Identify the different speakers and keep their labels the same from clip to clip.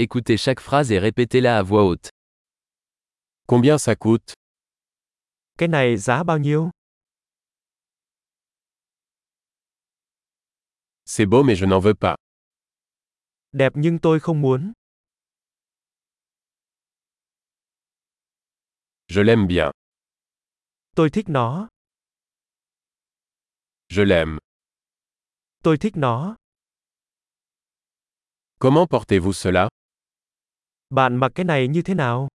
Speaker 1: Écoutez chaque phrase et répétez-la à voix haute.
Speaker 2: Combien ça coûte
Speaker 3: Cái này giá bao nhiêu?
Speaker 2: C'est beau mais je n'en veux pas.
Speaker 3: Đẹp nhưng tôi không muốn.
Speaker 2: Je l'aime bien.
Speaker 3: Tôi thích nó.
Speaker 2: Je l'aime.
Speaker 3: Tôi thích nó.
Speaker 2: Comment portez-vous cela
Speaker 3: Bạn mặc cái này như thế nào?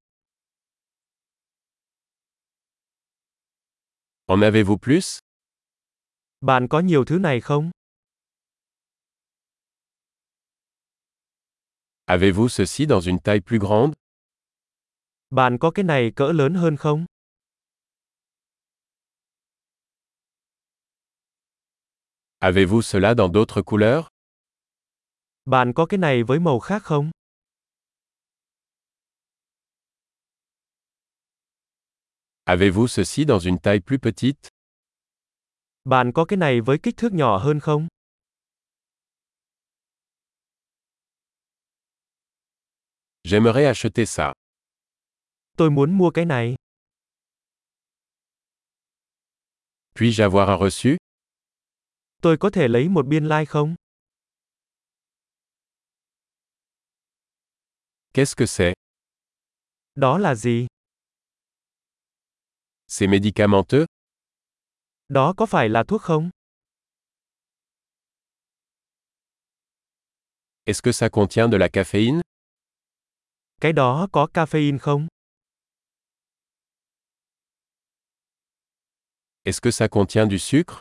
Speaker 2: En avez-vous plus
Speaker 3: Bạn có nhiều thứ này không?
Speaker 2: Avez-vous ceci dans une taille plus grande
Speaker 3: Bạn có cái này cỡ lớn hơn không?
Speaker 2: Avez-vous cela dans d'autres couleurs
Speaker 3: Bạn có cái này với màu khác không?
Speaker 2: Avez-vous ceci dans une taille plus petite
Speaker 3: Bạn có cái này với kích thước nhỏ hơn không?
Speaker 2: J'aimerais acheter ça.
Speaker 3: Tôi muốn mua cái này.
Speaker 2: Puis-je avoir un reçu
Speaker 3: Tôi có thể lấy một biên lai không?
Speaker 2: Qu'est-ce que c'est
Speaker 3: Đó là gì?
Speaker 2: C'est médicamenteux
Speaker 3: Đó có phải là thuốc không?
Speaker 2: Est-ce que ça contient de la caféine
Speaker 3: Cái đó có caffeine không?
Speaker 2: Est-ce que ça contient du sucre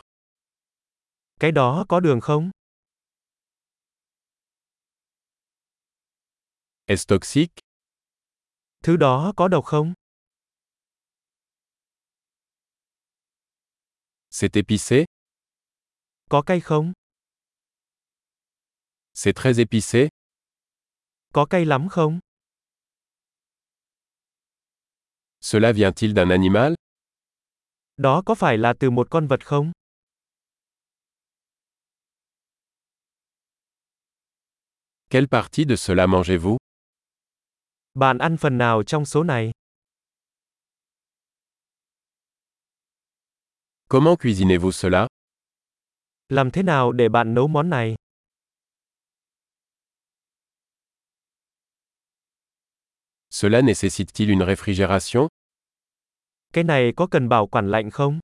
Speaker 3: Cái đó có đường không?
Speaker 2: Est-ce toxique
Speaker 3: Thứ đó có độc không?
Speaker 2: C'est épicé
Speaker 3: Có cay không?
Speaker 2: C'est très épicé
Speaker 3: Có cay lắm không?
Speaker 2: Cela vient-il d'un animal
Speaker 3: Đó có phải là từ một con vật không?
Speaker 2: Quelle partie de cela mangez-vous
Speaker 3: Bạn ăn phần nào trong số này?
Speaker 2: Comment cuisinez-vous cela
Speaker 3: Làm thế nào để bạn nấu món này?
Speaker 2: Cela nécessite-t-il une réfrigération
Speaker 3: Cái này có cần bảo quản lạnh không?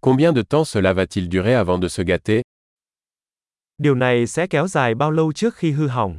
Speaker 2: Combien de temps cela va-t-il durer avant de se gâter
Speaker 3: Điều này sẽ kéo dài bao lâu trước khi hư hỏng?